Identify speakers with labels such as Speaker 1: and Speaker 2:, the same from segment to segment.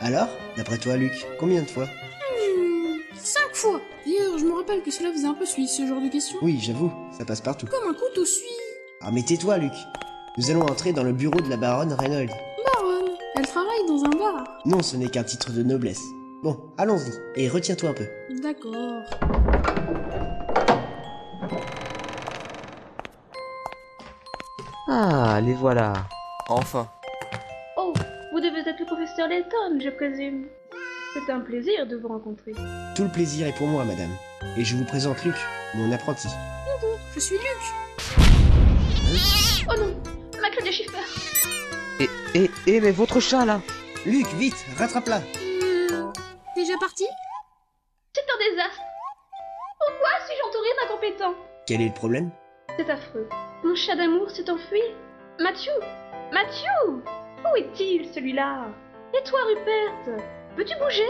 Speaker 1: Alors, d'après toi, Luc, combien de fois
Speaker 2: Hmm, Cinq fois D'ailleurs, je me rappelle que cela faisait un peu suisse, ce genre de question.
Speaker 1: Oui, j'avoue, ça passe partout.
Speaker 2: Comme un couteau suisse.
Speaker 1: Ah, mais tais-toi, Luc. Nous allons entrer dans le bureau de la baronne Reynolds.
Speaker 2: Baronne, elle travaille dans un bar.
Speaker 1: Non, ce n'est qu'un titre de noblesse. Bon, allons-y, et retiens-toi un peu.
Speaker 2: D'accord.
Speaker 3: Ah, les voilà.
Speaker 4: Enfin,
Speaker 5: Oh, vous devez être le professeur Letton, je présume. C'est un plaisir de vous rencontrer.
Speaker 1: Tout le plaisir est pour moi, madame. Et je vous présente Luc, mon apprenti.
Speaker 2: Je suis Luc.
Speaker 5: Oh non, ma clé de chiffre.
Speaker 3: Et, et, et, mais votre chat là
Speaker 1: Luc, vite, rattrape-la
Speaker 2: Hmm, déjà parti
Speaker 5: C'est un désastre. Pourquoi suis-je entouré d'incompétents
Speaker 1: Quel est le problème
Speaker 5: C'est affreux. Mon chat d'amour s'est enfui. Mathieu Mathieu Où est-il celui-là Et toi, Rupert Peux-tu bouger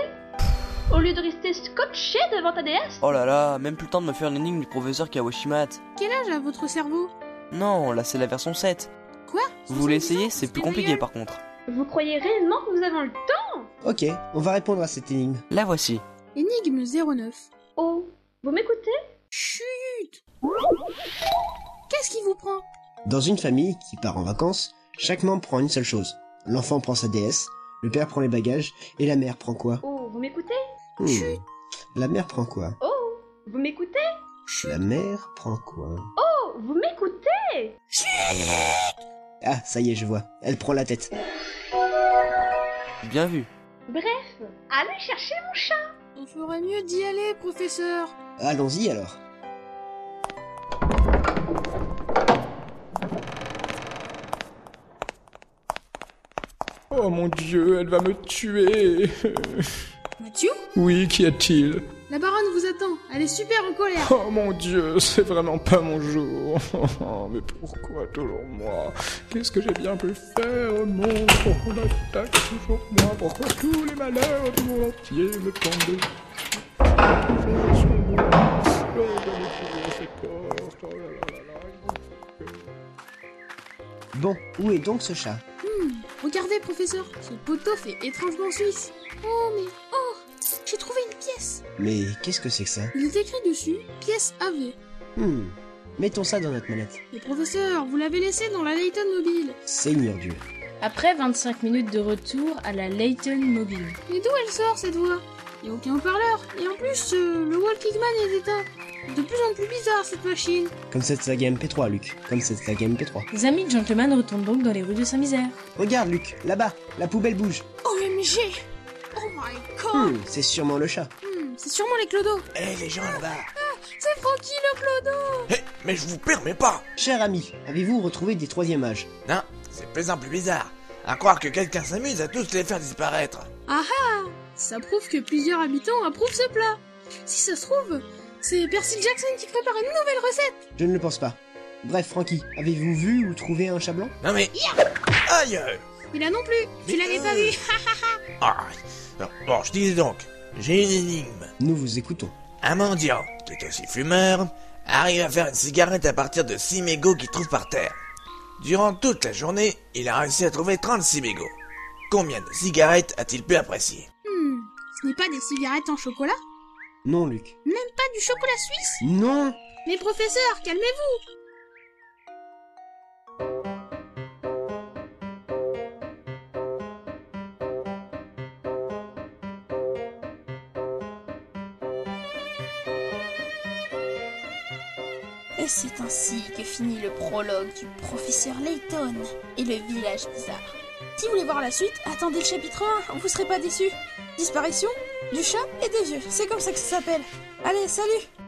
Speaker 5: Au lieu de rester scotché devant ta déesse
Speaker 4: oh là là, même plus le temps de me faire l'énigme du professeur Kawashimat.
Speaker 2: Quel âge a votre cerveau
Speaker 4: Non, là c'est la version 7.
Speaker 2: Quoi
Speaker 4: Vous voulez essayer C'est plus compliqué par contre.
Speaker 5: Vous croyez réellement que nous avons le temps
Speaker 1: Ok, on va répondre à cette énigme.
Speaker 4: La voici.
Speaker 2: Énigme 09.
Speaker 5: Oh, vous m'écoutez
Speaker 2: Chut Qu'est-ce qui vous prend
Speaker 1: Dans une famille qui part en vacances, chaque membre prend une seule chose. L'enfant prend sa déesse, le père prend les bagages, et la mère prend quoi
Speaker 5: Oh, vous m'écoutez
Speaker 1: Hmm.
Speaker 2: Chut.
Speaker 1: La mère prend quoi
Speaker 5: Oh, vous m'écoutez
Speaker 1: La mère prend quoi
Speaker 5: Oh, vous m'écoutez
Speaker 1: Ah, ça y est, je vois. Elle prend la tête.
Speaker 4: Bien vu.
Speaker 5: Bref, allez chercher mon chat
Speaker 2: On ferait mieux d'y aller, professeur.
Speaker 1: Allons-y alors.
Speaker 6: Oh mon Dieu, elle va me tuer
Speaker 2: Mathieu
Speaker 6: Oui, qu'y a-t-il
Speaker 2: La baronne vous attend. Elle est super en colère.
Speaker 6: Oh mon Dieu, c'est vraiment pas mon jour Mais pourquoi toujours moi Qu'est-ce que j'ai bien pu faire au monde pour qu'on attaque toujours moi Pourquoi tous les malheurs du monde entier me tombent dessus Ils sont bons. Oh, donnez-moi cette porte. Oh là là là là.
Speaker 1: Bon, où est donc ce chat
Speaker 2: Regardez, professeur, ce poteau fait étrangement suisse. Oh, mais oh J'ai trouvé une pièce
Speaker 1: Mais qu'est-ce que c'est que ça
Speaker 2: Il est écrit dessus pièce AV.
Speaker 1: Hmm. Mettons ça dans notre manette.
Speaker 2: Mais professeur, vous l'avez laissé dans la Layton mobile.
Speaker 1: Seigneur Dieu.
Speaker 7: Après 25 minutes de retour à la Leighton Mobile.
Speaker 2: Mais d'où elle sort cette voix Il n'y a aucun haut-parleur. Et en plus, euh, le Walkingman est éteint. De plus en plus bizarre cette machine.
Speaker 1: Comme cette saga MP3, Luc. Comme cette saga MP3.
Speaker 7: Les amis de Gentleman retournent donc dans les rues de Saint-Misère.
Speaker 1: Regarde, Luc, là-bas, la poubelle bouge.
Speaker 2: OMG Oh my god
Speaker 1: Hmm, c'est sûrement le chat.
Speaker 2: Hmm, C'est sûrement les clodos. Ah,
Speaker 1: Eh, les gens là-bas
Speaker 2: C'est Francky le clodo
Speaker 8: Eh, Mais je vous permets pas
Speaker 1: Cher ami, avez-vous retrouvé des troisième âge
Speaker 8: Non, c'est plaisant plus bizarre. À croire que quelqu'un s'amuse à tous les faire disparaître.
Speaker 2: Ça prouve que plusieurs habitants approuvent ce plat. Si ça se trouve, c'est Percy Jackson qui prépare une nouvelle recette.
Speaker 1: Je ne le pense pas. Bref, Francky, avez-vous vu ou trouvé un chat blanc
Speaker 8: Non mais... Aïe euh,
Speaker 2: Il a non plus. Tu
Speaker 8: Mais
Speaker 2: l'avais
Speaker 8: euh.
Speaker 2: pas vu.
Speaker 8: aïe. Non, Bon, je disais donc, j'ai une énigme.
Speaker 1: Nous vous écoutons.
Speaker 8: Un mendiant, qui est aussi fumeur, arrive à faire une cigarette à partir de 6 mégots qu'il trouve par terre. Durant toute la journée, il a réussi à trouver 36 mégots. Combien de cigarettes a-t-il pu apprécier
Speaker 2: Hmm, ce n'est pas des cigarettes en chocolat
Speaker 1: Non, Luc.
Speaker 2: Pas du chocolat suisse
Speaker 1: Non
Speaker 2: Mais professeur, calmez-vous
Speaker 9: Et c'est ainsi que finit le prologue du professeur Layton et le village bizarre. Si vous voulez voir la suite, attendez le chapitre 1, vous serez pas déçus. Disparition du chat et des vieux, c'est comme ça que ça s'appelle. Allez, salut